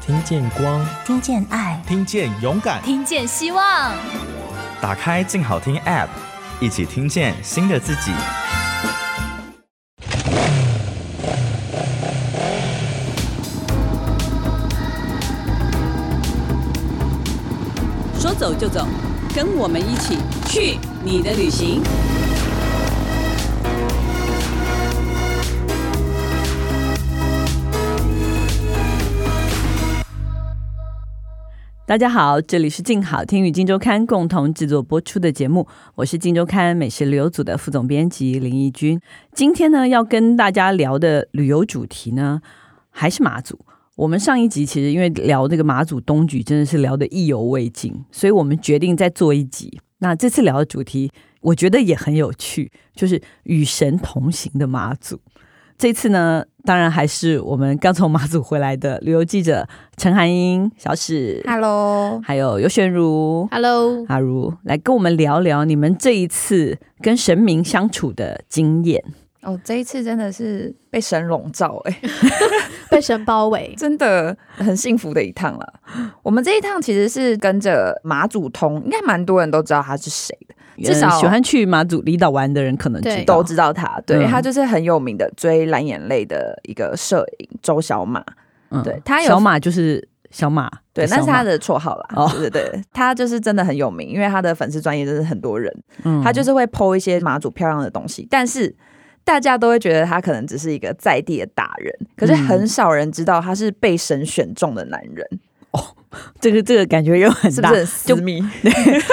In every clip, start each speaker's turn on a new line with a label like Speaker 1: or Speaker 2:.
Speaker 1: 听见光，
Speaker 2: 听见爱，
Speaker 3: 听见勇敢，
Speaker 4: 听见希望。
Speaker 5: 打开静好听 App，一起听见新的自己。
Speaker 6: 说走就走，跟我们一起去你的旅行。大家好，这里是静好听与静周刊共同制作播出的节目，我是静周刊美食旅游组的副总编辑林义君。今天呢，要跟大家聊的旅游主题呢，还是马祖。我们上一集其实因为聊这个马祖东莒，真的是聊得意犹未尽，所以我们决定再做一集。那这次聊的主题，我觉得也很有趣，就是与神同行的马祖。这次呢，当然还是我们刚从马祖回来的旅游记者陈涵英、小史。
Speaker 2: Hello，
Speaker 6: 还有尤玄如、
Speaker 4: Hello，
Speaker 6: 阿如来跟我们聊聊你们这一次跟神明相处的经验。
Speaker 2: 哦，这一次真的是被神笼罩哎、
Speaker 4: 被神包围，
Speaker 2: 真的很幸福的一趟了。我们这一趟其实是跟着马祖通，应该蛮多人都知道他是谁的，至少
Speaker 6: 嗯喜欢去马祖离岛玩的人可能知
Speaker 4: 对
Speaker 6: 道
Speaker 2: 都知道他。
Speaker 6: 嗯
Speaker 2: 对、他就是很有名的追蓝眼泪的一个摄影周小马，
Speaker 6: 嗯
Speaker 2: 对他有
Speaker 6: 小马就是小马，
Speaker 2: 对，那
Speaker 6: 小
Speaker 2: 是
Speaker 6: 马
Speaker 2: 他，的绰号啦。
Speaker 6: 哦
Speaker 2: 对对对，他就是真的很有名，因为他的粉丝专业真的很多人。
Speaker 6: 嗯
Speaker 2: 他就是会 PO 一些马祖漂亮的东西，但是大家都会觉得他可能只是一个在地的达人，可是
Speaker 6: 嗯
Speaker 2: 很少人知道他是被神选中的男人，
Speaker 6: 这个这个感觉又很
Speaker 2: 是不
Speaker 6: 大，
Speaker 2: 是很私密？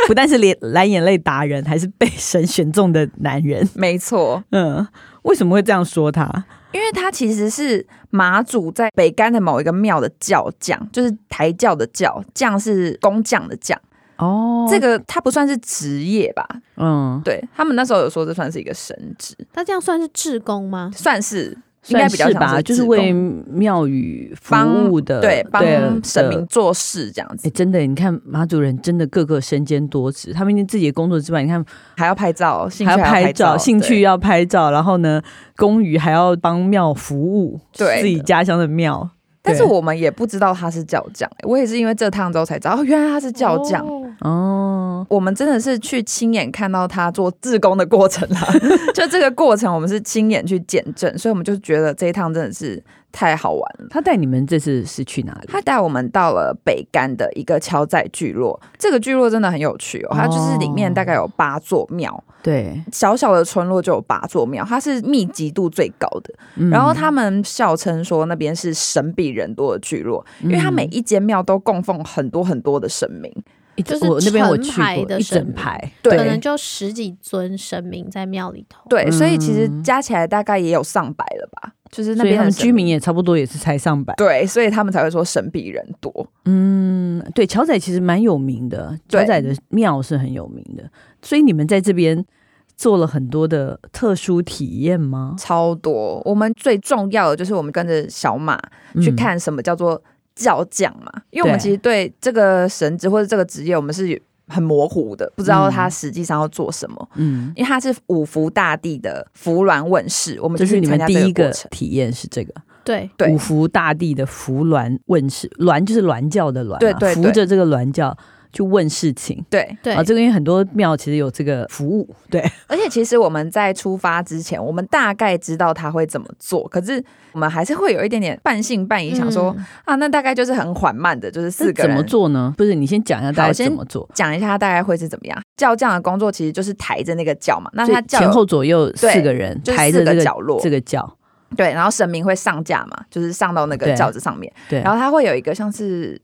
Speaker 6: 不但是连蓝眼泪达人，还是被神选中的男人。
Speaker 2: 没错，
Speaker 6: 嗯，为什么会这样说他？
Speaker 2: 因为他其实是马祖在北干的某一个庙的教匠，就是抬轿的轿，匠是工匠的匠。
Speaker 6: 哦
Speaker 2: 这个他不算是职业吧？
Speaker 6: 嗯，
Speaker 2: 对他们那时候有说这算是一个神职，
Speaker 4: 那这样算是志工吗？
Speaker 2: 算是应该比较
Speaker 6: 算是
Speaker 2: 像
Speaker 6: 吧，就是
Speaker 2: 志工
Speaker 6: 为呃庙宇服
Speaker 2: 帮
Speaker 6: 务的，
Speaker 2: 对帮
Speaker 6: 的
Speaker 2: 神明做事这样
Speaker 6: 哎，
Speaker 2: 子，
Speaker 6: 真的耶，你看马主人真的个个身兼多职，他们自己的工作之外，你看
Speaker 2: 还要拍照，兴趣
Speaker 6: 还要
Speaker 2: 拍
Speaker 6: 拍照，兴
Speaker 2: 对
Speaker 6: 趣要拍照，然后呢，公余还要帮庙服务，
Speaker 2: 对
Speaker 6: 自己家乡的庙。
Speaker 2: 但是
Speaker 6: 对
Speaker 2: 我们也不知道他是教匠、我也是因为这趟之后才知道，哦，原来他是教匠。
Speaker 4: 哦
Speaker 6: 哦，
Speaker 2: 我们真的是去亲眼看到他做自工的过程啦，啊就这个过程我们是亲眼去见证，所以我们就觉得这一趟真的是太好玩了。
Speaker 6: 他带你们这次是去哪里？
Speaker 2: 他带我们到了北干的一个敲寨聚落，这个聚落真的很有趣哦，它就是里面大概有八座庙，
Speaker 6: 对，
Speaker 2: 小小的村落就有八座庙，它是密集度最高的。
Speaker 6: 嗯
Speaker 2: 然后他们笑称说那边是神比人多的聚落，因
Speaker 6: 嗯
Speaker 2: 为它每一间庙都供奉很多很多的神明。
Speaker 6: 一
Speaker 4: 就是
Speaker 6: 我那边我
Speaker 4: 成
Speaker 6: 去
Speaker 4: 排
Speaker 6: 过
Speaker 4: 的
Speaker 6: 一
Speaker 4: 神
Speaker 6: 整排，
Speaker 2: 对
Speaker 4: 可能就十几尊神明在庙里头。
Speaker 2: 对，所以其实
Speaker 6: 嗯
Speaker 2: 加起来大概也有上百了吧，就是那
Speaker 6: 所以
Speaker 2: 边
Speaker 6: 他
Speaker 2: 的
Speaker 6: 们
Speaker 2: 神
Speaker 6: 居民。也差不多也是才上百。
Speaker 2: 对，所以他们才会说神比人多。
Speaker 6: 嗯，对，桥仔其实蛮有名的，
Speaker 2: 对
Speaker 6: 桥仔的庙是很有名的，所以你们在这边做了很多的特殊体验吗？
Speaker 2: 超多。我们最重要的就是我们跟着小马去
Speaker 6: 嗯
Speaker 2: 看什么叫做教匠嘛，因为我们
Speaker 6: 对
Speaker 2: 其实对这个神职或者这个职业，我们是很模糊的，不知道他实际上要做什么。
Speaker 6: 嗯，
Speaker 2: 因为他是五福大帝的福鸾问世，我们
Speaker 6: 这
Speaker 2: 就是去
Speaker 6: 你
Speaker 2: 参
Speaker 6: 们
Speaker 2: 加
Speaker 6: 第
Speaker 2: 这
Speaker 6: 一
Speaker 2: 个
Speaker 6: 个
Speaker 2: 过程。
Speaker 6: 体验是这个
Speaker 4: 对，
Speaker 2: 对
Speaker 6: 五福大帝的扶鸾问世，鸾就是鸾教的鸾嘛，
Speaker 2: 对对
Speaker 6: 扶
Speaker 2: 对
Speaker 6: 着这个鸾教去问事情
Speaker 2: 对，
Speaker 4: 对
Speaker 6: 啊。这个因为很多庙其实有这个服务，对，
Speaker 2: 而且其实我们在出发之前，我们大概知道他会怎么做，可是我们还是会有一点点半信半疑，想说、
Speaker 4: 嗯
Speaker 2: 啊，那大概就是很缓慢的，就是四
Speaker 6: 那
Speaker 2: 个
Speaker 6: 怎
Speaker 2: 人
Speaker 6: 么做呢？不是你先讲一下大
Speaker 2: 好
Speaker 6: 家
Speaker 2: 先
Speaker 6: 怎么做，
Speaker 2: 讲一下他大概会是怎么样。教匠的工作其实就是抬着那个轿嘛，那
Speaker 6: 所
Speaker 2: 他
Speaker 6: 以
Speaker 2: 轿
Speaker 6: 前
Speaker 2: 有
Speaker 6: 后左右四个人
Speaker 2: 就是
Speaker 6: 抬
Speaker 2: 四
Speaker 6: 着这
Speaker 2: 个
Speaker 6: 个
Speaker 2: 角落，
Speaker 6: 这个教，
Speaker 2: 对，然后神明会上架嘛，就是上到那个
Speaker 6: 对
Speaker 2: 轿子上面，
Speaker 6: 对，
Speaker 2: 然后他会有一个像是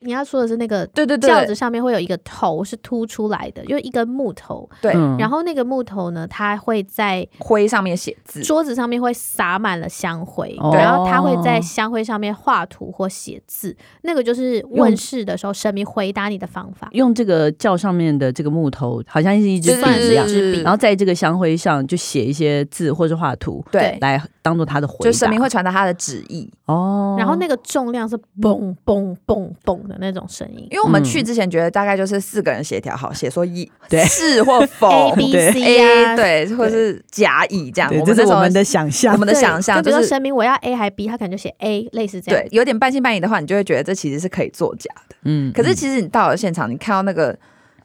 Speaker 4: 你要说的是那个
Speaker 2: 对对对
Speaker 4: 轿子上面会有一个头是凸出来的，就是一根木头。
Speaker 2: 对
Speaker 6: 嗯
Speaker 4: 然后那个木头呢，它会在
Speaker 2: 灰上面写字，
Speaker 4: 桌子上面会撒满了香灰，
Speaker 6: 哦
Speaker 4: 然后它会在香灰上面画图或写字。那个就是问世的时候神明回答你的方法。
Speaker 6: 用这个教上面的这个木头，好像是一支
Speaker 2: 对
Speaker 4: 算
Speaker 6: 笔一样
Speaker 4: 是，纸笔
Speaker 6: 然后在这个香灰上就写一些字或是画图，
Speaker 2: 对，
Speaker 6: 来当做他的回答。
Speaker 2: 就神明会传达他的旨意，
Speaker 6: 哦，
Speaker 4: 然后那个重量是嘣嘣嘣嘣的那种声音
Speaker 2: 因为我们去之前觉得大概就是四个人协调好，写说一
Speaker 6: 嗯 对
Speaker 2: 是或否
Speaker 4: ，A B
Speaker 6: 对
Speaker 4: C 啊
Speaker 2: A，对，或是甲乙这样。
Speaker 6: 对，
Speaker 2: 我
Speaker 6: 这
Speaker 2: 们
Speaker 6: 是
Speaker 2: 那时
Speaker 6: 我
Speaker 2: 候
Speaker 6: 们的想象
Speaker 2: 我。们的
Speaker 4: 对
Speaker 2: 想象，
Speaker 4: 就比如
Speaker 2: 就
Speaker 4: 说
Speaker 2: 是
Speaker 4: 声明我要 A 还 B，他可能就写 A，类似这样。
Speaker 2: 对，有点半信半疑的话，你就会觉得这其实是可以作假的。
Speaker 6: 嗯
Speaker 2: 可是其实你到了现场，你看到那个。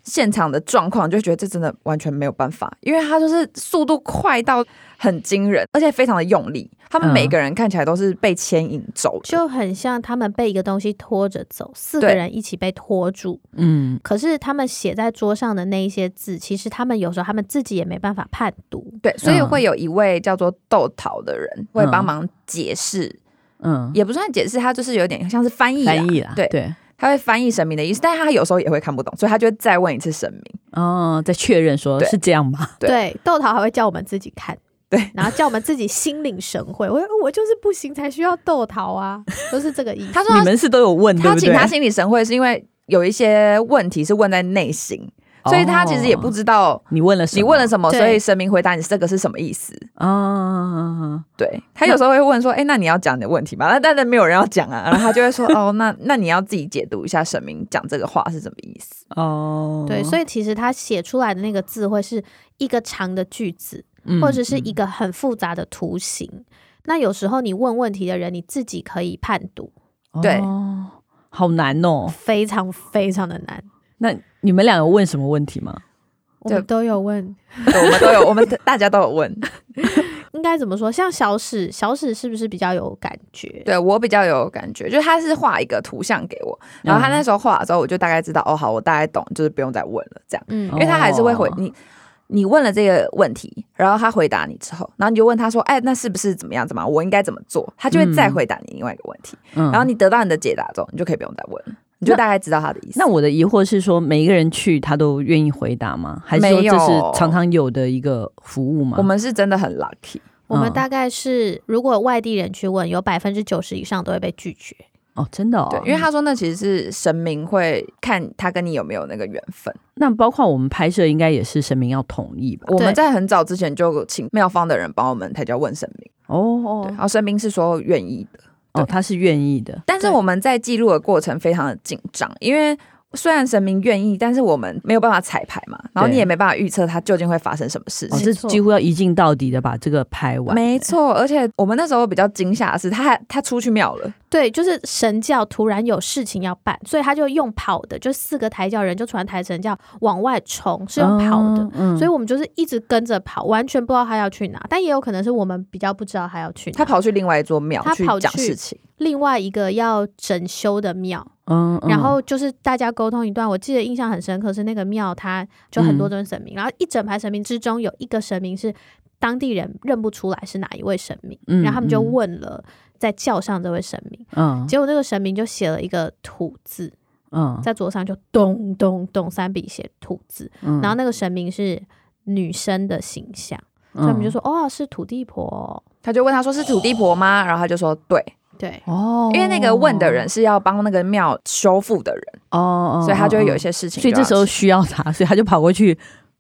Speaker 2: 现场的状况，你就会觉得这真的完全没有办法，因为他就是速度快到很惊人，而且非常的用力。他们
Speaker 6: 嗯
Speaker 2: 每个人看起来都是被牵引走的，
Speaker 4: 就很像他们被一个东西拖着走，四个
Speaker 2: 对
Speaker 4: 人一起被拖住。
Speaker 6: 嗯，
Speaker 4: 可是他们写在桌上的那一些字，其实他们有时候他们自己也没办法判读。
Speaker 2: 对，所以
Speaker 6: 嗯
Speaker 2: 会有一位叫做豆桃的人会帮忙解释，
Speaker 6: 嗯，
Speaker 2: 也不算解释，他就是有点像是翻译啦，啊
Speaker 6: 翻译啦，
Speaker 2: 对
Speaker 6: 对，
Speaker 2: 他会翻译神明的意思，但是他有时候也会看不懂，所以他就会再问一次神明。
Speaker 6: 哦，再确认说
Speaker 2: 对
Speaker 6: 是这样吗？
Speaker 2: 对
Speaker 4: 豆桃还会叫我们自己看，
Speaker 2: 对，
Speaker 4: 然后叫我们自己心领神会。我我就是不行，才需要豆 桃啊，都是这个意思。
Speaker 2: 他说
Speaker 6: 你们是都有问，对
Speaker 2: 啊他
Speaker 6: 不
Speaker 2: 请
Speaker 6: 对？
Speaker 2: 他心理神会是因为有一些问题是问在内心，所以他其实也不
Speaker 6: 哦
Speaker 2: 知道
Speaker 6: 你问了什么，
Speaker 2: 你问了什么，
Speaker 4: 对
Speaker 2: 所以神明回答你这个是什么意思。
Speaker 6: 啊，
Speaker 2: 对他有时候会问说：“哎、那你要讲你的问题吗？”那但是没有人要讲啊， 然后他就会说：“哦，那那你要自己解读一下神明讲这个话是什么意思。
Speaker 6: 哦，
Speaker 4: 对，所
Speaker 6: 以
Speaker 4: 以其实他写出来的那个字会是一个长的句子，
Speaker 6: 嗯
Speaker 4: 或者是一个很复杂的图形。那有时候你问问题的人，你自己可以判读，
Speaker 2: 对
Speaker 6: 哦好难哦。
Speaker 4: 非常非常的难。
Speaker 6: 那你们俩有问什么问题吗？
Speaker 4: 我们都有问，”
Speaker 2: 对，我们都有，我们大家都有问。
Speaker 4: 应该怎么说？像小史，小史是不是比较有感觉？
Speaker 2: 对我比较有感觉，就是他是画一个图像给我，
Speaker 6: 嗯
Speaker 2: 然后他那时候画的时候，我就大概知道哦，好，我大概懂，就是不用再问了这样，
Speaker 4: 嗯
Speaker 6: 哦
Speaker 2: 因为他还是会回
Speaker 6: 哦
Speaker 2: 你。你问了这个问题，然后他回答你之后，然后你就问他说：“哎，那是不是怎么样？怎么样？我应该怎么做？”他就会再回答你另外一个问题，
Speaker 6: 嗯
Speaker 2: 然后你得到你的解答之后，你就可以不用再问了，你就大概知道他的意思。
Speaker 6: 那我的疑惑是说，每一个人去他都愿意回答吗？还是说
Speaker 2: 没
Speaker 6: 这
Speaker 2: 有
Speaker 6: 是常常有的一个服务吗？
Speaker 2: 我们是真的很 lucky，
Speaker 4: 我们
Speaker 6: 嗯
Speaker 4: 大概是，如果外地人去问，有百分之九十以上都会被拒绝。
Speaker 6: 哦，真的哦，
Speaker 2: 对，因为他说那其实是神明会看他跟你有没有那个缘分。
Speaker 6: 那包括我们拍摄应该也是神明要同意吧？
Speaker 2: 我们
Speaker 4: 对
Speaker 2: 在很早之前就请妙方的人帮我们才叫问神明。
Speaker 6: 哦
Speaker 2: 对，
Speaker 6: 哦
Speaker 2: 然后神明是说愿意的，
Speaker 6: 哦，他是愿意的，
Speaker 2: 但是
Speaker 4: 对
Speaker 2: 我们在记录的过程非常的紧张，因为虽然神明愿意，但是我们没有办法彩排嘛，然后
Speaker 6: 对
Speaker 2: 你也没办法预测它究竟会发生什么事
Speaker 6: 哦，
Speaker 2: 情。
Speaker 6: 这
Speaker 4: 没错
Speaker 6: 几乎要一镜到底的把这个拍完。
Speaker 2: 没错，而且我们那时候比较惊吓的是，他还他出去庙了，
Speaker 4: 对，就是神教突然有事情要办，所以他就用跑的，就四个抬轿人就传抬神教往外冲，是用跑的。
Speaker 6: 哦，嗯
Speaker 4: 所以我们就是一直跟着跑，完全不知道他要去哪，但也有可能是我们比较不知道他要去哪。
Speaker 2: 他跑去另外一座庙
Speaker 4: 他
Speaker 2: 去
Speaker 4: 跑去
Speaker 2: 讲事情，
Speaker 4: 另外一个要整修的庙，
Speaker 6: 嗯，嗯
Speaker 4: 然后就是大家沟通一段，我记得印象很深刻是那个庙，它就很多
Speaker 6: 嗯
Speaker 4: 尊神明，然后一整排神明之中有一个神明是当地人认不出来是哪一位神明，
Speaker 6: 嗯
Speaker 4: 然后他们就
Speaker 6: 嗯
Speaker 4: 问了在叫上这位神明，
Speaker 6: 嗯
Speaker 4: 结果那个神明就写了一个土字，
Speaker 6: 嗯
Speaker 4: 在桌上就咚咚咚三笔写土字，
Speaker 6: 嗯
Speaker 4: 然后那个神明是女生的形象，
Speaker 6: 嗯
Speaker 4: 所以他们
Speaker 2: 嗯
Speaker 4: 就说哦是土地婆哦，
Speaker 2: 他就问他说是土地婆吗？然后他就说对，
Speaker 4: 对。
Speaker 6: 嗯哦
Speaker 2: 因为那个问的人是要帮那个庙修复的人，
Speaker 6: 哦哦，
Speaker 2: 所以他就会有一
Speaker 6: 些，
Speaker 2: 些事情
Speaker 6: 所
Speaker 2: 就
Speaker 6: 以
Speaker 2: 要
Speaker 6: 这
Speaker 2: 去，
Speaker 6: 时候需要他，所以他就跑过去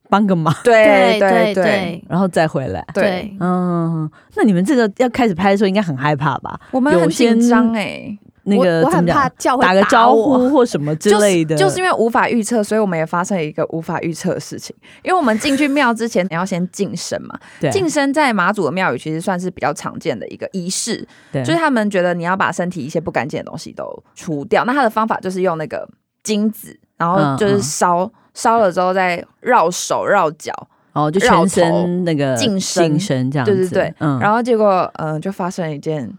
Speaker 6: 帮个忙，
Speaker 2: 对
Speaker 4: 对
Speaker 2: 对对
Speaker 6: 然后再回来。
Speaker 2: 对，
Speaker 6: 嗯，那你们这个要开始拍的时候应该很害怕吧？
Speaker 2: 我们
Speaker 6: 有
Speaker 2: 很
Speaker 6: 些
Speaker 2: 紧张哎，
Speaker 6: 那
Speaker 4: 我
Speaker 6: 个
Speaker 4: 我
Speaker 6: 怎
Speaker 4: 很
Speaker 6: 么
Speaker 4: 怕
Speaker 6: 讲，
Speaker 4: 叫会
Speaker 6: 打个
Speaker 4: 打
Speaker 6: 招
Speaker 4: 我
Speaker 6: 呼或什么之
Speaker 2: 就是
Speaker 6: 类的，
Speaker 2: 就是因为无法预测，所以我们也发生了一个无法预测的事情。因为我们进去庙之前，你要先净身嘛。
Speaker 6: 对
Speaker 2: 净身在马祖的庙宇其实算是比较常见的一个仪式，
Speaker 6: 对
Speaker 2: 就是他们觉得你要把身体一些不干净的东西都除掉。那他的方法就是用那个金子，然
Speaker 6: 嗯
Speaker 2: 后就是烧，烧、了之后再绕手绕脚，
Speaker 6: 哦，就
Speaker 2: 绕
Speaker 6: 全
Speaker 2: 头
Speaker 6: 身那个
Speaker 2: 净身
Speaker 6: 净身这样子，
Speaker 2: 对对对。
Speaker 6: 嗯，
Speaker 2: 然后结果嗯、呃就发生了一件。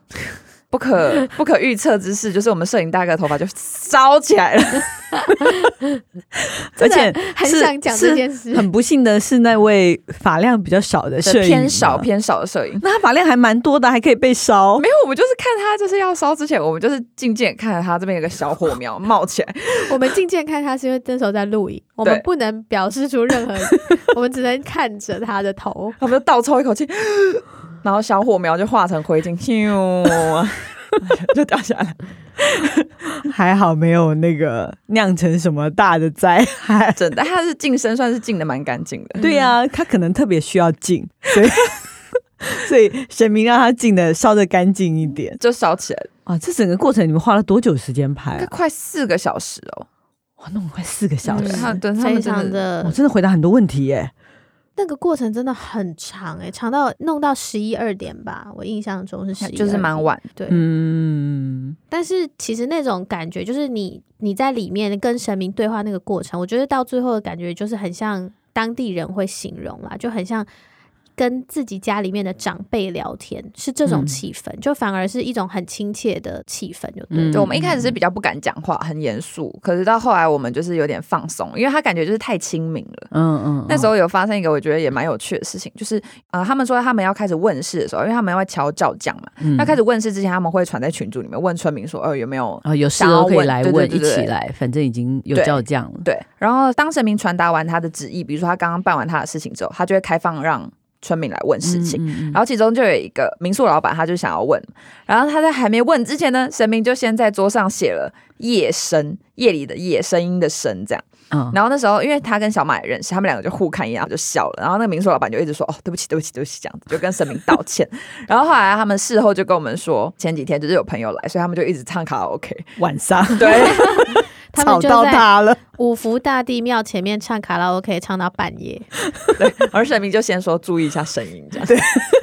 Speaker 2: 不可不可预测之事，就是我们摄影大哥的头发就烧起来了，
Speaker 6: 而且
Speaker 4: 很
Speaker 6: 是
Speaker 4: 想讲这件事，
Speaker 6: 很不幸的是，那位发量比较少的摄影
Speaker 2: 偏少
Speaker 6: 嘛，
Speaker 2: 偏少的摄影。
Speaker 6: 那他发量还蛮多的，还可以被烧。
Speaker 2: 没有，我们就是看他就是要烧之前，我们就是静静地看着他这边有个小火苗 冒起来，
Speaker 4: 我们静静看他是因为那时候在录影，我们
Speaker 2: 对
Speaker 4: 不能表示出 任何，我们只能看着他的头。
Speaker 2: 我们就倒抽一口 气，然后小火苗就化成灰烬，咻，就掉下来，
Speaker 6: 还好没有那个酿成什么大的灾害。
Speaker 2: 真的，他是净身，算是净的蛮干净的。
Speaker 6: 对呀、他可能特别需要净， 所以所以神明让他净的烧的干净一点。
Speaker 2: 就烧起来了，
Speaker 6: 哇，啊这整个过程你们花了多久时间拍
Speaker 2: 大概
Speaker 6: 啊？
Speaker 2: 快四个小时哦。
Speaker 6: 哇，弄了快四个小
Speaker 2: 对
Speaker 6: 时，
Speaker 2: 他对他们
Speaker 4: 嗯非
Speaker 2: 真的
Speaker 4: 常的
Speaker 6: 我真的回答很多问题耶。
Speaker 4: 那个过程真的很长哎、长到弄到十一二点吧，我印象中是十一，
Speaker 2: 就是蛮。晚
Speaker 4: 对，
Speaker 6: 嗯，
Speaker 4: 但是其实那种感觉就是你你在里面跟神明对话那个过程，我觉得到最后的感觉就是很像当地人会形容啦，就很像跟自己家里面的长辈聊天，是这种
Speaker 6: 嗯
Speaker 4: 气氛，就反而是一种很亲切的气氛，就对 了。
Speaker 6: 嗯
Speaker 2: 对，我们一开始是比较不敢讲话，很严肃。可是到后来，我们就是有点放松，因为他感觉就是太亲民了。
Speaker 6: 嗯嗯，
Speaker 2: 那时
Speaker 6: 候
Speaker 2: 候有发生一个我觉得也蛮有趣的事情，就是呃，他们说他们要开始问世的时候，因为他们要敲照将嘛，要开
Speaker 6: 始
Speaker 2: 始问世之前，他们会传在群组里面问村民说，哦、有没有
Speaker 6: 啊，有事
Speaker 2: 想要
Speaker 6: 都可以
Speaker 2: 问
Speaker 6: 来
Speaker 2: 对对
Speaker 6: 问，
Speaker 2: 对
Speaker 6: 一
Speaker 2: 对
Speaker 6: 起
Speaker 2: 对
Speaker 6: 来，反正已经有
Speaker 2: 对
Speaker 6: 照将了。
Speaker 2: 对？然后当神明传达完他的旨意，比如说他刚刚办完他的事情之后，他就会开放让村民来问事情。
Speaker 6: 情
Speaker 2: 然后其中就有一个民宿老板，他就想要问，然后他在还没问之前呢，神明就先在桌上写了“夜声”，夜里的夜，声音的声这样。
Speaker 6: 后
Speaker 2: 然后那时候因为他跟小马也认识，他们两个就互看一眼，然后就笑了。然后那个民宿老板就一直说：“哦，对不起，对不起，对不起，这样子就跟神明道歉。”然后后来他们事后就跟我们说，前几天就是有朋友来，所以他们就一直唱卡拉 OK。
Speaker 6: 晚 上
Speaker 2: 对，
Speaker 4: 他们就
Speaker 6: 吵到
Speaker 4: 在
Speaker 6: 他 了，
Speaker 4: 五福大帝庙前面唱卡拉 OK，唱到半夜，
Speaker 2: 而神明就先说注意一下声音，这样对，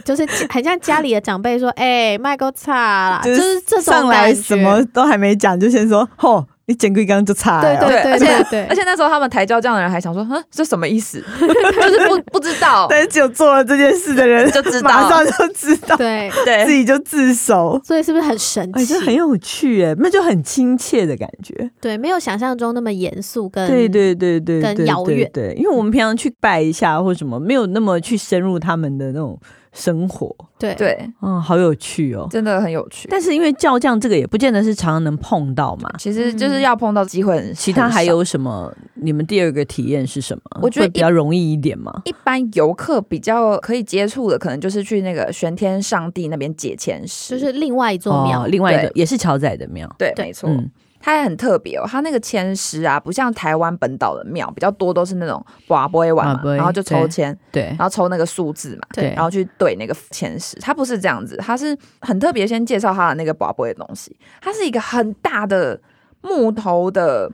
Speaker 4: 就是很像家里的长辈说：“哎、麦够差啦！”
Speaker 6: 就
Speaker 4: 就是是这种
Speaker 6: 上来
Speaker 4: 感觉
Speaker 6: 什么啊都还没讲，就先说吼，你剪过一缸就哦差
Speaker 4: 对
Speaker 6: 了。
Speaker 4: 对
Speaker 2: 而且
Speaker 4: 对
Speaker 2: 而且那时候他们抬轿这样的人还想说，哼，这什么意思？ 就是不不知道，
Speaker 6: 但是只有做了这件事的人
Speaker 2: 就知 道
Speaker 6: 马上就知道，
Speaker 4: 对，
Speaker 2: 对
Speaker 6: 自己就自首。
Speaker 4: 所以是不是很神
Speaker 6: 哎，
Speaker 4: 奇？
Speaker 6: 这很有趣哎，那就很亲切的感觉。
Speaker 4: 对，没有想象中那么严肃跟
Speaker 6: 对对对对，
Speaker 4: 跟
Speaker 6: 对
Speaker 4: 遥
Speaker 6: 对
Speaker 4: 远
Speaker 6: 对，因为我们平常去拜一下或什么，没有那么去深入他们的那种生活。
Speaker 4: 对
Speaker 2: 对，
Speaker 6: 嗯，好有趣哦。
Speaker 2: 真的很有趣。
Speaker 6: 但是因为教匠这个也不见得是常常能碰到嘛。
Speaker 2: 其实就是要碰到机会很，
Speaker 6: 嗯其他
Speaker 2: 很
Speaker 6: 还
Speaker 2: 少
Speaker 6: 有什么？你们第二个体验是什么？
Speaker 2: 我觉得
Speaker 6: 会比较容易一点嘛。
Speaker 2: 一般游客比较可以接触的，可能就是去那个玄天上帝那边解签师，
Speaker 4: 就是另外一座庙，
Speaker 6: 哦、另外一个
Speaker 2: 对
Speaker 6: 也是桥仔的庙。
Speaker 2: 对，
Speaker 4: 对
Speaker 2: 没错，，
Speaker 6: 嗯
Speaker 2: 它也很特别哦。它那个签师啊，不像台湾本岛的庙，比较多都是那种瓦杯碗
Speaker 6: 瓦
Speaker 2: 嘛，
Speaker 6: 杯
Speaker 2: 然后就抽签，
Speaker 6: 对
Speaker 2: 然后抽那个数字嘛。
Speaker 4: 对
Speaker 2: 然后去对那个前十，它不是这样子，它是很特别。先介绍它的那个宝贝的东西，它是一个很大的木头的，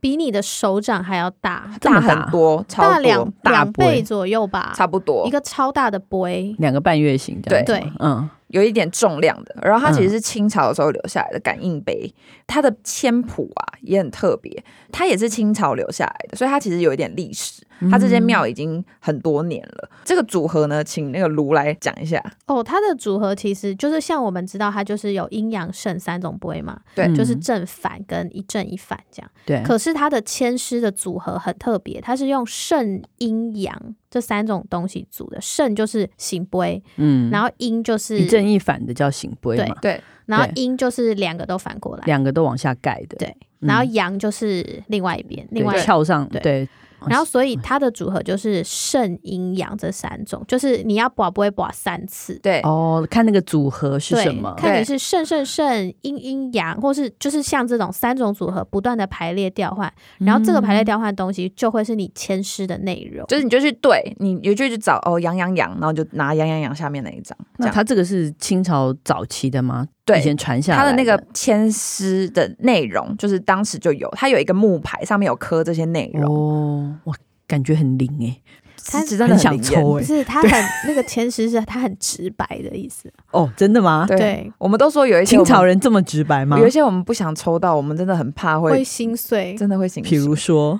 Speaker 4: 比你的手掌还要大，
Speaker 6: 这么大
Speaker 2: 很多，超
Speaker 4: 大
Speaker 2: 多
Speaker 4: 两
Speaker 6: 大
Speaker 4: 两倍
Speaker 6: 杯
Speaker 4: 左右吧，
Speaker 2: 差不多
Speaker 4: 一，个超大的杯。
Speaker 6: 两个半月形这样子
Speaker 4: 对
Speaker 6: 嘛。嗯，
Speaker 2: 有一点重量的。然后它
Speaker 6: 嗯
Speaker 2: 其实是清朝的时候留下来的感应杯，它的签谱啊也很特别，它也是清朝留下来的，所以它其实有一点历史。它这间庙已经很多年了。这个组合呢，请那个卢来讲一下。
Speaker 4: 哦，它的组合其实就是像我们知道，它就是有阴阳圣三种杯嘛，
Speaker 2: 对
Speaker 6: 嗯
Speaker 4: 就是正反跟一正一反这样。
Speaker 6: 对，
Speaker 4: 可是它的签诗的组合很特别，它是用肾、阴阳这三种东西组的。肾就是醒杯，
Speaker 6: 嗯
Speaker 4: 然后阴就是
Speaker 6: 一正一反的叫醒杯嘛，
Speaker 2: 对，
Speaker 4: 然后
Speaker 6: 对
Speaker 4: 阴就是两个都反过来，
Speaker 6: 两个都往下盖的，
Speaker 4: 对，
Speaker 6: 嗯
Speaker 4: 然后阳就是另外一边，另外
Speaker 6: 对。翘上，
Speaker 4: 对
Speaker 6: 对，
Speaker 4: 然后所以它的组合就是肾、阴阳这三种，就是你要卜不会卜三次。
Speaker 2: 对，
Speaker 6: 哦，看那个组合是
Speaker 4: 对
Speaker 6: 什么，
Speaker 4: 看你
Speaker 2: 对
Speaker 4: 是肾肾肾、阴阴阳，或是就是像这种三种组合不断的排列调换，然后这个排列调换的东西就会是你签诗的内容。
Speaker 2: 就是你就去对，你你就去找哦，羊羊羊，然后就拿羊羊羊下面那一张，这
Speaker 6: 那
Speaker 2: 样。
Speaker 6: 它这个是清朝早期的吗？
Speaker 2: 对
Speaker 6: 以前传下来
Speaker 2: 它的那个签诗的内容，就是当时就有，它有一个木牌，上面有刻这些内容，
Speaker 6: 哦，哇，感觉很灵哎，
Speaker 4: 它
Speaker 2: 是真的
Speaker 6: 很想
Speaker 2: 灵验
Speaker 6: 抽
Speaker 4: 不
Speaker 6: 哎，
Speaker 4: 是他很那个前十是他很直白的意思，
Speaker 6: 哦，真的吗？
Speaker 2: 对，我们都说有一些
Speaker 6: 清
Speaker 2: 我们
Speaker 6: 朝人这么直白吗
Speaker 2: 有？一些我们不想抽到，我们真的很怕
Speaker 4: 会
Speaker 2: 会
Speaker 4: 心碎，
Speaker 2: 真的会形
Speaker 6: 比如说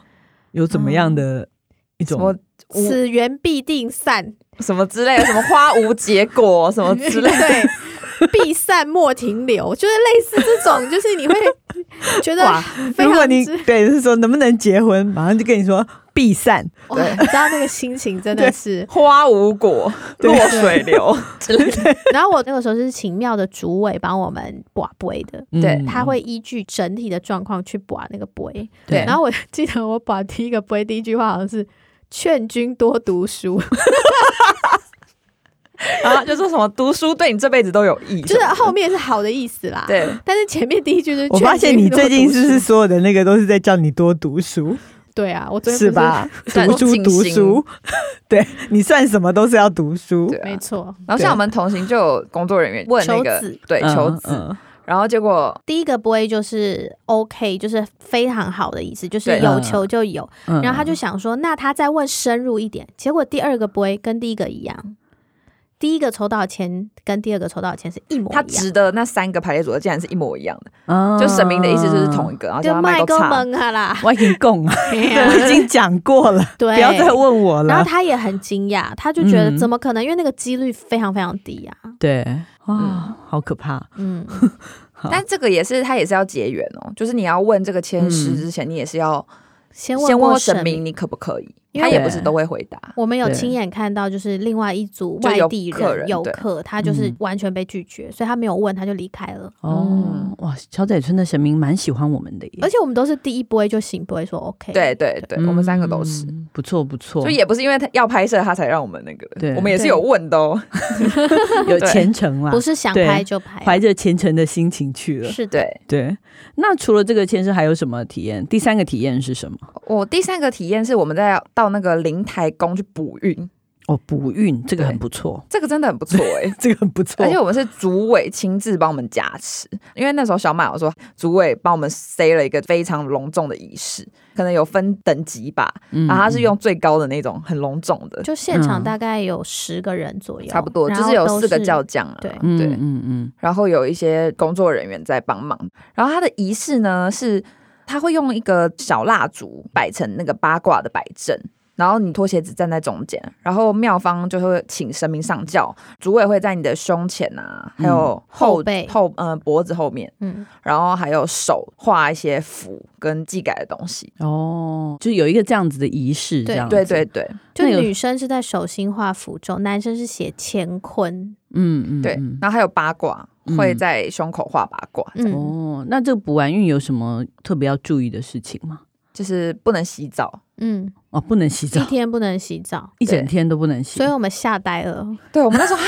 Speaker 6: 有怎么样的一
Speaker 2: 嗯什
Speaker 6: 种
Speaker 2: 么无
Speaker 4: 此缘必定散，
Speaker 2: 什么之类的，什么花无结果什 么之类 的，
Speaker 4: 对，必散莫停留，就是类似这种，就是你会觉得
Speaker 6: 哇
Speaker 4: 非
Speaker 6: 如果
Speaker 4: 常
Speaker 6: 你
Speaker 4: 之
Speaker 6: 对是说能不能结婚，马上就跟你说必散，
Speaker 4: 哇，你知道那个心情真的是。
Speaker 2: 花无果落水流之类的，
Speaker 4: 然后我那个时候是请庙的主委帮我们卜杯的。
Speaker 2: 对
Speaker 6: 嗯
Speaker 4: 他会依据整体的状况去卜那个杯，
Speaker 2: 对
Speaker 4: 然后我 记得我卜第一个杯，第一句话好像是“劝君多 读书”，
Speaker 2: 然后就说什么读书对你这辈子都有益，
Speaker 4: 就是后面是好的意思啦。，
Speaker 2: 对
Speaker 4: 但是前面第一句就是
Speaker 6: 我发现
Speaker 4: 劝
Speaker 6: 你
Speaker 4: 君多
Speaker 6: 最近
Speaker 4: 读
Speaker 6: 是不是
Speaker 4: 书
Speaker 6: 所有的那个都是在叫你多读书，
Speaker 4: 对啊，我昨天不
Speaker 6: 是吧？
Speaker 2: 算
Speaker 6: 读书
Speaker 2: 静
Speaker 6: 读
Speaker 2: 心
Speaker 6: 书， 对你算什么都是要读书
Speaker 2: 对。啊
Speaker 4: 没错，
Speaker 2: 然后像我们同行就有工作人员问那
Speaker 4: 求
Speaker 2: 个
Speaker 4: 子
Speaker 2: 对
Speaker 6: 嗯
Speaker 2: 求子，
Speaker 6: 嗯
Speaker 2: 然后结果
Speaker 4: 第一个 boy 就是 OK，就是非常好的意思，就是
Speaker 2: 对
Speaker 4: 有求就有。
Speaker 6: 嗯
Speaker 4: 然后他就想说，那他再问深入一点。结果第二个 boy 跟第一个一样，第一个筹到的钱跟第二个筹到的钱是一模
Speaker 2: 他
Speaker 4: 一样。
Speaker 2: 指的那三个排列组合竟然是一模一样的，
Speaker 6: 嗯
Speaker 2: 就神明的意思就是同一个，然后叫
Speaker 4: 就
Speaker 2: 他
Speaker 4: 麦
Speaker 2: 麦
Speaker 4: 克
Speaker 2: 克差。
Speaker 4: 蒙啊啦，
Speaker 6: 我已经供了，
Speaker 4: 对
Speaker 6: 我已经讲过了，
Speaker 4: 对
Speaker 6: 不要再问我
Speaker 4: 然后
Speaker 6: 了。
Speaker 4: 他也很惊讶，他就觉得
Speaker 6: 嗯
Speaker 4: 怎么可能？因为那个几率非常非常低啊。
Speaker 6: 对，啊
Speaker 2: 嗯，
Speaker 6: 好可怕。
Speaker 4: 嗯，
Speaker 2: 但这个也是他也是要结缘哦，就是你要问这个签
Speaker 6: 嗯
Speaker 2: 师之前，你也是要
Speaker 4: 先
Speaker 2: 先
Speaker 4: 过
Speaker 2: 问神
Speaker 4: 明
Speaker 2: 明，你可不可以，
Speaker 4: 因为
Speaker 2: 他也
Speaker 6: 我
Speaker 2: 不是都会回答。
Speaker 4: 我们有
Speaker 6: 对
Speaker 4: 亲眼看到，就是另外一组
Speaker 2: 就
Speaker 4: 外
Speaker 2: 有
Speaker 4: 地
Speaker 2: 客
Speaker 4: 人
Speaker 2: 人
Speaker 4: 游
Speaker 2: 对
Speaker 4: 客，他就是
Speaker 6: 嗯
Speaker 4: 完全被拒绝，所以他没有问，他就离开了。
Speaker 6: 哦，
Speaker 2: 嗯
Speaker 6: 哇，小仔村的神明蛮喜欢我们的耶，
Speaker 4: 而且我们都是第一波就醒波说 OK，
Speaker 2: 对对对，
Speaker 6: 嗯
Speaker 2: 我们三个都是，
Speaker 6: 嗯不错不错，
Speaker 2: 所以也不是因为他要拍摄他才让我们那个
Speaker 6: 对
Speaker 2: 的，我们也是有问的 哦。
Speaker 6: 有
Speaker 2: 对
Speaker 6: 虔诚啦
Speaker 4: 不，是想
Speaker 6: 对
Speaker 4: 拍就拍，
Speaker 6: 怀着虔诚的心情去了。
Speaker 4: 是的，
Speaker 2: 对，
Speaker 6: 对，那除了这个签师，还有什么体验？第三个体验是什么？
Speaker 2: 我第三个体验是我们在到那个灵台宫去补运，
Speaker 6: 哦，补运，这个
Speaker 2: 对
Speaker 6: 很不错，
Speaker 2: 这个真的很不错哎、
Speaker 6: 这个很不错
Speaker 2: 而且我们是组委亲自帮我们加持，因为那时候小马有说，组委帮我们塞了一个非常隆重的仪式，可能有分等级吧，
Speaker 6: 嗯
Speaker 2: 然后他是用最高的那种很隆重的，
Speaker 4: 就现场
Speaker 6: 嗯
Speaker 4: 大概有十个人左右，
Speaker 2: 差不多
Speaker 4: 然
Speaker 2: 就
Speaker 4: 后
Speaker 2: 是有
Speaker 4: 都
Speaker 2: 四个教匠啊，
Speaker 4: 对
Speaker 6: 嗯
Speaker 2: 对，
Speaker 6: 嗯嗯，
Speaker 2: 然后有一些工作人员在帮忙。然后他的仪式呢是，他会用一个小蜡烛摆成那个八卦的摆阵。然后你脱鞋子站在中间，然后妙方就会请神明上轿，主委会在你的胸前啊，还有
Speaker 6: 嗯
Speaker 4: 后
Speaker 2: 后
Speaker 4: 背
Speaker 2: 后呃脖子后面，
Speaker 4: 嗯，
Speaker 2: 然后还有手画一些符跟祭改的东西。
Speaker 6: 哦，就有一个这样子的仪式，这
Speaker 4: 对
Speaker 6: 样子
Speaker 2: 对对，对
Speaker 4: 就
Speaker 6: 那有
Speaker 4: 女生是在手心画符咒，男生是写乾坤，
Speaker 6: 嗯嗯
Speaker 2: 对，
Speaker 6: 嗯
Speaker 2: 然后还有八卦
Speaker 6: 嗯
Speaker 2: 会在胸口画八卦，
Speaker 4: 嗯
Speaker 6: 哦，那这个补完运有什么特别要注意的事情吗？
Speaker 2: 就是不能洗澡。
Speaker 4: 嗯，
Speaker 6: 哦，不能洗
Speaker 4: 一
Speaker 6: 澡，
Speaker 4: 天不能洗澡，
Speaker 6: 一整天都不能洗
Speaker 4: 所以。我们吓呆了，
Speaker 2: 对我们那时候 啊，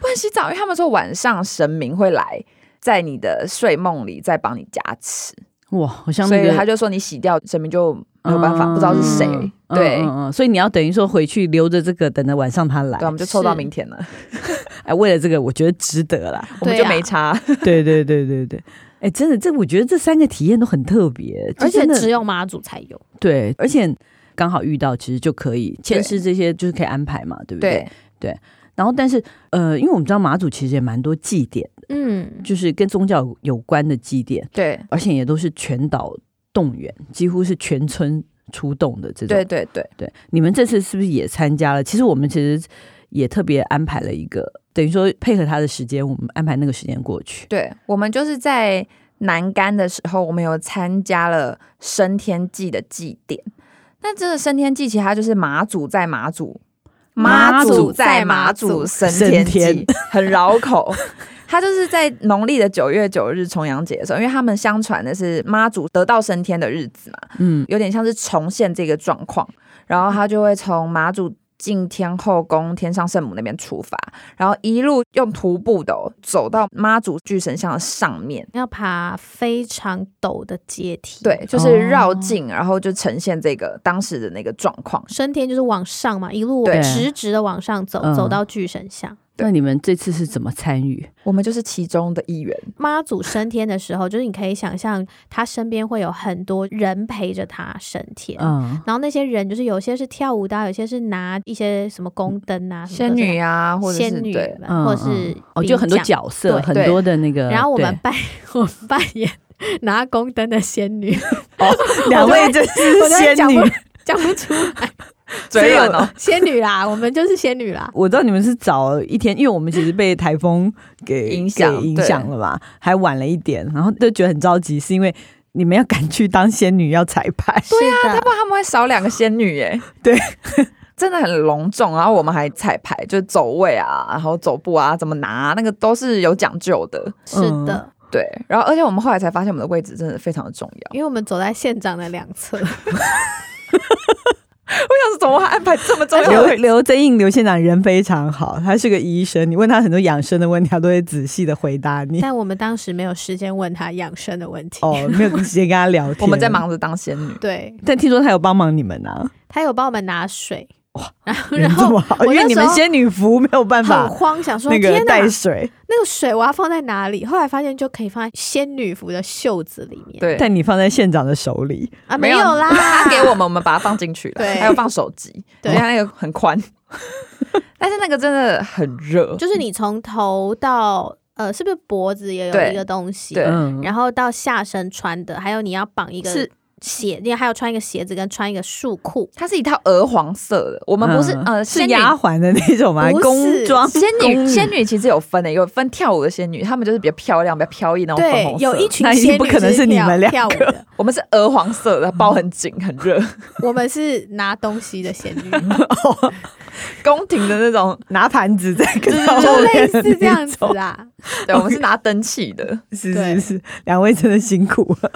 Speaker 2: 不能洗澡，因为他们说晚上神明会来，在你的睡梦里再帮你加持，
Speaker 6: 哇，我像
Speaker 2: 所
Speaker 6: 那
Speaker 2: 以
Speaker 6: 个
Speaker 2: 他就说你洗掉，神明就没有办法，
Speaker 6: 嗯
Speaker 2: 不知道是谁。
Speaker 6: 嗯
Speaker 2: 对
Speaker 6: 嗯嗯嗯所以你要等于说回去留着这个，等着晚上他来
Speaker 2: 对，我。们就凑到
Speaker 4: 是
Speaker 2: 明天了，
Speaker 6: 哎，为了这个，我觉得值得啦。
Speaker 2: 我们
Speaker 4: 对
Speaker 2: 就
Speaker 4: 啊
Speaker 2: 没差。
Speaker 6: 对对对对对，哎，真的，这我觉得这三个体验都很特别，这
Speaker 4: 而且
Speaker 6: 真的
Speaker 4: 只有马祖才有，
Speaker 6: 对，而且刚好遇到，其实就可以签师这些就是可以安排嘛，对不对？
Speaker 2: 对
Speaker 6: 然后，但是呃，因为我们知道马祖其实也蛮多祭典，
Speaker 4: 嗯，
Speaker 6: 就是跟宗教有关的祭典，
Speaker 2: 对
Speaker 6: 而且也都是全岛动员，几乎是全村出动的这种。
Speaker 2: 对对对，
Speaker 6: 对，你们这次是不是也参加了？其实我们其实也特别安排了一个，等于说配合他的时间，我们安排那个时间过去。
Speaker 2: 对我们就是在南干的时候，我们有参加了升天祭的祭典。那这个升天祭其实它就是马祖在马祖，
Speaker 6: 马祖
Speaker 2: 祖在马祖升
Speaker 6: 升
Speaker 2: 天祭，很绕口。 它就是在农历的九月九日重阳节的时候，因为他们相传的是妈祖得道升天的日子嘛，
Speaker 6: 嗯，
Speaker 2: 有点像是重现这个状况，然后他就会从马祖。进天后宫天上圣母那边出发，然后一路用徒步的哦、走到妈祖巨神像的上面，
Speaker 4: 要爬非常陡的阶梯，
Speaker 2: 对，就是绕境，然后就呈现这个当时的那个状况。
Speaker 4: 升天就是往上嘛，一路
Speaker 6: 对
Speaker 4: 直直的往上走，
Speaker 6: 嗯
Speaker 4: 走到巨神像。
Speaker 6: 那你们这次是怎么参与？
Speaker 2: 我们就是其中的一员，
Speaker 4: 妈祖升天的时候，就是你可以想象他身边会有很多人陪着他升天。
Speaker 6: 嗯，
Speaker 4: 然后那些人就是有些是跳舞的啊、有些是拿一些什么宫灯啊、什么
Speaker 2: 仙
Speaker 4: 的
Speaker 2: 女啊，或者是
Speaker 4: 仙女
Speaker 2: 对，
Speaker 4: 们，
Speaker 6: 嗯
Speaker 4: 或者是
Speaker 6: 嗯哦，就很多
Speaker 4: 兵将。
Speaker 6: 角色，
Speaker 4: 对
Speaker 6: 很
Speaker 2: 对
Speaker 6: 多的那个。
Speaker 4: 然后我们
Speaker 6: 对
Speaker 4: 扮 我们扮演拿宫灯的仙 女，
Speaker 6: 哦两位真是
Speaker 4: 我都在
Speaker 6: 仙
Speaker 4: 讲
Speaker 6: 女
Speaker 4: 不。讲不出 来，
Speaker 2: 嘴软哦，
Speaker 4: 仙女啦，我们就是仙女啦。
Speaker 6: 我知道你们是早一天，因为我们其实被台风给
Speaker 2: 影响
Speaker 6: 给影响了嘛，还晚了一点，然后就觉得很着急，是因为你们要赶去当仙女要彩排，
Speaker 4: 对啊，
Speaker 2: 不然他们会少两个仙女 耶。
Speaker 6: 对，
Speaker 2: 真的很隆重。然后我们还彩排，就是走位啊，然后走步啊，怎么拿啊、那个都是有讲究的。
Speaker 4: 是
Speaker 6: 嗯
Speaker 4: 的，
Speaker 2: 对，然后而且我们后来才发现，我们的位置真的非常的重要。
Speaker 4: 因为我们走在县长的两 侧，
Speaker 2: 我想是怎么还安排这么重要 的
Speaker 6: 刘
Speaker 2: 位置？
Speaker 6: 刘真应刘县长人非常好，他是个医生，你问他很多养生的问题，他都会仔细的回答 你。
Speaker 4: 但我们当时没有时间问他养生的问题。
Speaker 6: 哦，没有时间跟他聊天。
Speaker 2: 我们在，忙着当仙女，
Speaker 4: 对，
Speaker 6: 但听说他有帮忙你们啊。
Speaker 4: 他有帮我们拿水，然
Speaker 1: 这么
Speaker 4: 后
Speaker 1: 好，
Speaker 4: 我
Speaker 1: 因为
Speaker 4: 那
Speaker 1: 你
Speaker 4: 时
Speaker 1: 们
Speaker 4: 候
Speaker 1: 仙女服没有办
Speaker 4: 很
Speaker 1: 法
Speaker 4: 慌，想说
Speaker 1: 那个
Speaker 4: 天啊哪，
Speaker 1: 带水，
Speaker 4: 那个水我要放在哪里？后来发现就可以放在仙女服的袖子里面。
Speaker 2: 对，
Speaker 1: 但你放在县长的手里，
Speaker 4: 啊，
Speaker 2: 没
Speaker 4: 没有啦，
Speaker 2: 他给我们，我们把它放进去了，
Speaker 4: 对
Speaker 2: 还有放手机，
Speaker 4: 对
Speaker 2: 因为它那个很 宽，但是那个真的很热，
Speaker 4: 就是你从头到呃，是不是脖子也有
Speaker 2: 对
Speaker 4: 一个东西？
Speaker 2: 对
Speaker 6: 嗯，
Speaker 4: 然后到下身穿的，还有你要绑一个
Speaker 2: 是
Speaker 4: 鞋，你还有穿一个鞋子跟穿一个束裤。
Speaker 2: 它是一套鹅黄色的，我们不是、
Speaker 6: 嗯
Speaker 2: 呃
Speaker 1: 是
Speaker 2: 仙女
Speaker 1: 丫鬟的那种吗？
Speaker 4: 不是
Speaker 1: 工装
Speaker 2: 仙女仙女其实有分的、有分跳舞的仙女，她们就是比较漂亮、比较飘逸那种粉
Speaker 4: 对
Speaker 2: 红，色。
Speaker 4: 有一群
Speaker 1: 那一定
Speaker 4: 仙女
Speaker 1: 不可能是你
Speaker 4: 跳
Speaker 1: 们两
Speaker 4: 跳舞的，
Speaker 2: 我们是鹅黄色
Speaker 4: 嗯
Speaker 2: 的，包很紧，很 热，
Speaker 4: 我们是拿东西的 仙女，
Speaker 2: 宫廷的那种。
Speaker 1: 拿盘子在跟
Speaker 4: 就类似 这样
Speaker 1: 哦
Speaker 4: 子啊啦。
Speaker 2: 对，我们是拿灯器的，
Speaker 1: 是
Speaker 4: 对
Speaker 1: 是是，两位真的辛苦了。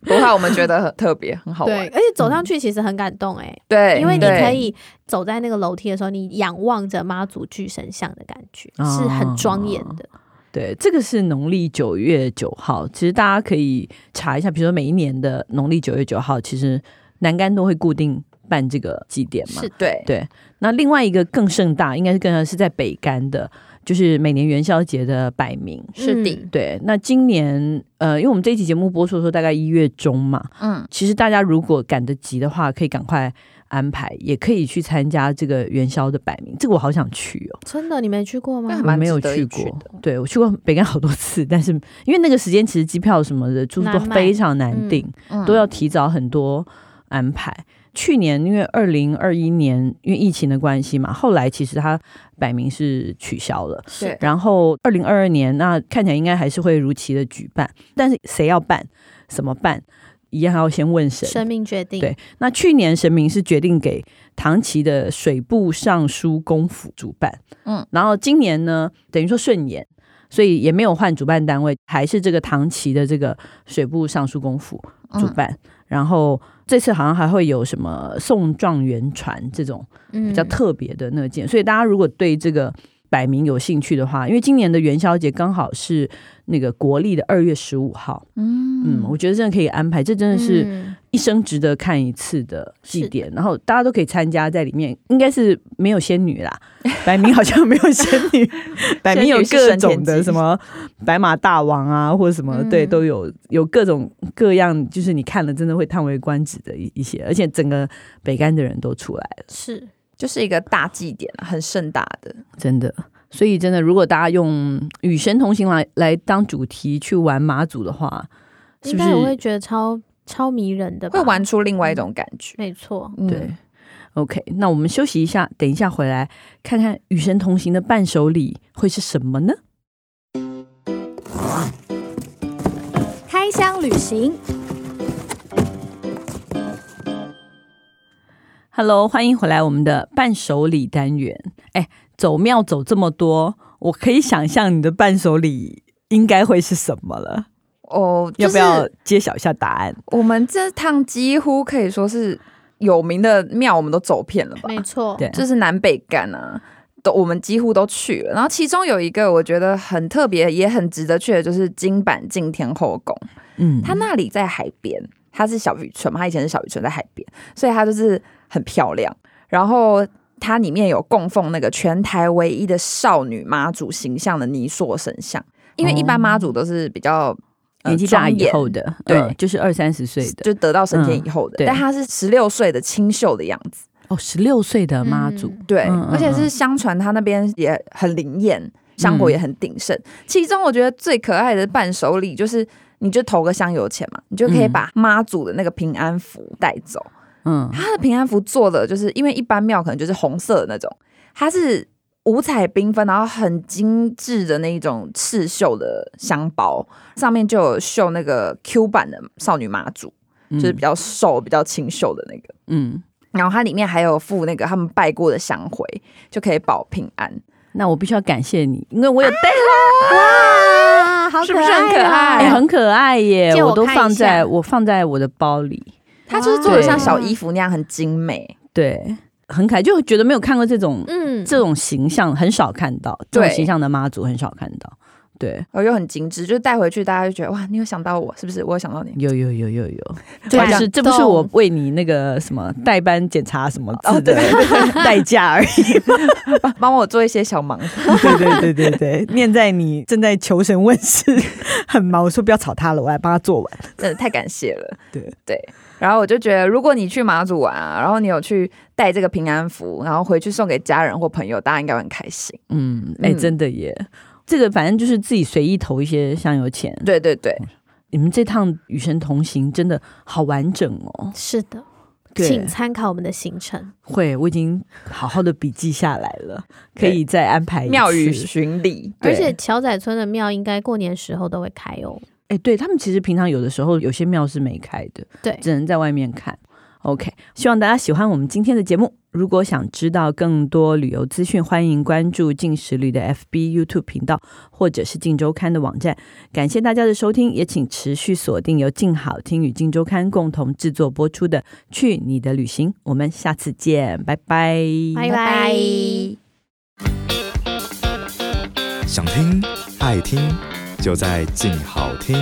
Speaker 2: 不过我们觉得很特别，很好
Speaker 4: 对，
Speaker 2: 玩。
Speaker 4: 而且走上去其实很感动哎、
Speaker 2: 对，
Speaker 4: 因为你
Speaker 2: 对
Speaker 4: 可以走在那个楼梯的时候，你仰望着妈祖巨神像的感觉
Speaker 6: 哦
Speaker 4: 是很庄严的。
Speaker 6: 对，这个是农历九月九号，其实大家可以查一下，比如说每一年的农历九月九号，其实南竿都会固定办这个祭典嘛
Speaker 4: 是。
Speaker 2: 对
Speaker 6: 对，那另外一个更盛大，应该是更是在北干的，就是每年元宵节的摆明。
Speaker 2: 是的
Speaker 4: 嗯
Speaker 6: 对，那今年呃，因为我们这一期节目播出的时候大概一月中嘛，
Speaker 2: 嗯，
Speaker 6: 其实大家如果赶得及的话，可以赶快安排，也可以去参加这个元宵的摆明。这个我好想去哦，
Speaker 4: 真的，你没去过吗
Speaker 2: 那？
Speaker 6: 我
Speaker 2: 蛮
Speaker 6: 没有
Speaker 2: 值得
Speaker 6: 去
Speaker 2: 一去
Speaker 6: 过
Speaker 2: 的。
Speaker 6: 对我去过北干好多次，但是因为那个时间其实机票什么的住宿都
Speaker 4: 难买
Speaker 6: 非常难订，
Speaker 2: 嗯
Speaker 6: 都要提早很多安排。去年因为二零二一年因为疫情的关系嘛，后来其实它摆明是取消了。
Speaker 2: 对
Speaker 6: 然后二零二二年那看起来应该还是会如期的举办，但是谁要办，怎么办，一样还要先问神。
Speaker 4: 生命决定，
Speaker 6: 对那去年神明是决定给唐琪的水部尚书公府主办，嗯
Speaker 2: 嗯，
Speaker 6: 然后今年呢，等于说顺延，所以也没有换主办单位，还是这个唐琪的这个水部尚书公府主办。然后这次好像还会有什么送状元船这种
Speaker 4: 嗯，
Speaker 6: 比较特别的那件，所以大家如果对这个摆明有兴趣的话，因为今年的元宵节刚好是那个国历的二月十五号，嗯
Speaker 2: 嗯
Speaker 6: 我觉得真的可以安排，这真的是。
Speaker 4: 嗯
Speaker 6: 一生值得看一次的祭典，然后大家都可以参加，在里面应该是没有仙女啦，
Speaker 1: 摆明好像没有仙女，摆明有各种
Speaker 2: 仙女
Speaker 1: 的
Speaker 2: 是
Speaker 1: 什么白马大王啊，或者什么，
Speaker 4: 嗯
Speaker 1: 对，
Speaker 6: 都
Speaker 1: 都有。
Speaker 6: 有有各种各样，就是你看了真的会叹为观止的一一些，而且整个北干的人都出来了，
Speaker 4: 是
Speaker 2: 就是一个大祭典啊，很盛大的。
Speaker 6: 真的。所以真的，如果大家用与神同行来来当主题去玩马祖的话，是
Speaker 4: 应
Speaker 6: 不
Speaker 4: 该我会
Speaker 6: 是
Speaker 4: 觉得超超迷人的吧，
Speaker 2: 会玩出另外一种感觉。
Speaker 4: 没错，
Speaker 2: 嗯
Speaker 6: 对，OK？那我们休息一下，等一下回来看看与神同行的伴手礼会是什么呢？
Speaker 3: 开箱旅行，
Speaker 6: Hello，欢迎回来我们的伴手礼单元。哎，走庙走这么多，我可以想象你的伴手礼应该会是什么了。
Speaker 2: 哦，
Speaker 6: 要不
Speaker 2: 就是
Speaker 6: 要揭晓一下答案？
Speaker 2: 我们这趟几乎可以说是有名的庙，我们都走遍了吧？
Speaker 4: 没错，
Speaker 6: 对
Speaker 2: 就是南北干啊，都我们几乎都去了。然后其中有一个我觉得很特别，也很值得去的，就是金板敬天后宫，
Speaker 6: 嗯，
Speaker 2: 它那里在海边，它是小渔村嘛，它以前是小渔村在海边，所以它就是很漂亮。然后它里面有供奉那个全台唯一的少女妈祖形象的泥塑神像，因为一般妈祖都是比较。呃
Speaker 6: 哦年纪大
Speaker 2: 庄
Speaker 6: 以
Speaker 2: 严
Speaker 6: 后的，
Speaker 2: 对
Speaker 6: 嗯就是二三十岁的
Speaker 2: 就得到升天以后
Speaker 6: 嗯
Speaker 2: 的，
Speaker 6: 对
Speaker 2: 但她是十六岁的清秀的样子，
Speaker 6: 哦，十六岁的妈祖，
Speaker 4: 嗯
Speaker 2: 对，
Speaker 6: 嗯嗯嗯
Speaker 2: 而且是相传她那边也很灵验，香火也很鼎盛。其中我觉得最可爱的伴手礼就是，你就投个香油钱嘛，你就可以
Speaker 6: 嗯
Speaker 2: 把妈祖的那个平安符带走。
Speaker 6: 嗯，
Speaker 2: 她的平安符做的就是，因为一般庙可能就是红色的那种，它是五彩缤纷，然后很精致的那一种刺绣的香包，上面就有绣那个 Q 版的少女妈祖，
Speaker 6: 就
Speaker 2: 就是比较瘦、比较清秀的那个。
Speaker 6: 嗯。
Speaker 2: 然后它里面还有附那个他们拜过的香灰，就可以保平安。
Speaker 6: 那我必须要感谢你，因为 我有带
Speaker 4: 哇，好
Speaker 2: 是不是很可
Speaker 4: 啊
Speaker 2: 爱
Speaker 6: 哎很可爱耶，
Speaker 4: 借我
Speaker 6: 我都
Speaker 4: 看一
Speaker 6: 放
Speaker 4: 下
Speaker 6: 在我放在我的包里，
Speaker 2: 它就是做的像
Speaker 4: 哇
Speaker 2: 小衣服那样很精美，
Speaker 6: 对，很可爱，就觉得没有看过这种
Speaker 4: 嗯，
Speaker 6: 这种形象很少看到，这
Speaker 2: 对
Speaker 6: 种形象的妈祖很少看到。对，
Speaker 2: 然后又很精致，就是带回去大家就觉得哇，你有想到我是不是？我有想到你。
Speaker 6: 有有有有有，
Speaker 4: 对
Speaker 6: 这不是这不是
Speaker 4: 懂
Speaker 6: 我为你那个什么代班检查什么
Speaker 2: 哦
Speaker 6: 字的 代价而已。嗯
Speaker 2: 帮我做一些小忙，
Speaker 6: 对对对对对，念在你正在求神问世，很忙，我说不要吵他了，我来帮他做完。
Speaker 2: 真的太感谢了。
Speaker 6: 对
Speaker 2: 对，然后我就觉得，如果你去马祖玩啊，然后你有去带这个平安符，然后回去送给家人或朋友，大家应该会很开心。
Speaker 6: 嗯，哎、
Speaker 2: 嗯
Speaker 6: 真的耶，这个反正就是自己随意投一些香油钱。
Speaker 2: 对对对，
Speaker 6: 你们这趟与神同行真的好完整哦，
Speaker 4: 是的，
Speaker 6: 对
Speaker 4: 请参考我们的行程。
Speaker 6: 会，我已经好好的笔记下来了，可
Speaker 2: 对
Speaker 6: 以再安排一次
Speaker 2: 庙宇巡礼，
Speaker 6: 对
Speaker 4: 而且桥仔村的庙应该过年时候都会开哦。
Speaker 6: 哎、对他们其实平常有的时候有些庙是没开的，
Speaker 4: 对
Speaker 6: 只能在外面看。OK，希望大家喜欢我们今天的节目。如果想知道更多旅游资讯，欢迎关注静时旅的 FB、YouTube 频道，或者是静周刊的网站。感谢大家的收听，也请持续锁定由静好听与静周刊共同制作播出的《去你的旅行》，我们下次见，拜拜，
Speaker 4: 拜拜。
Speaker 5: 想听爱听，就在静好听。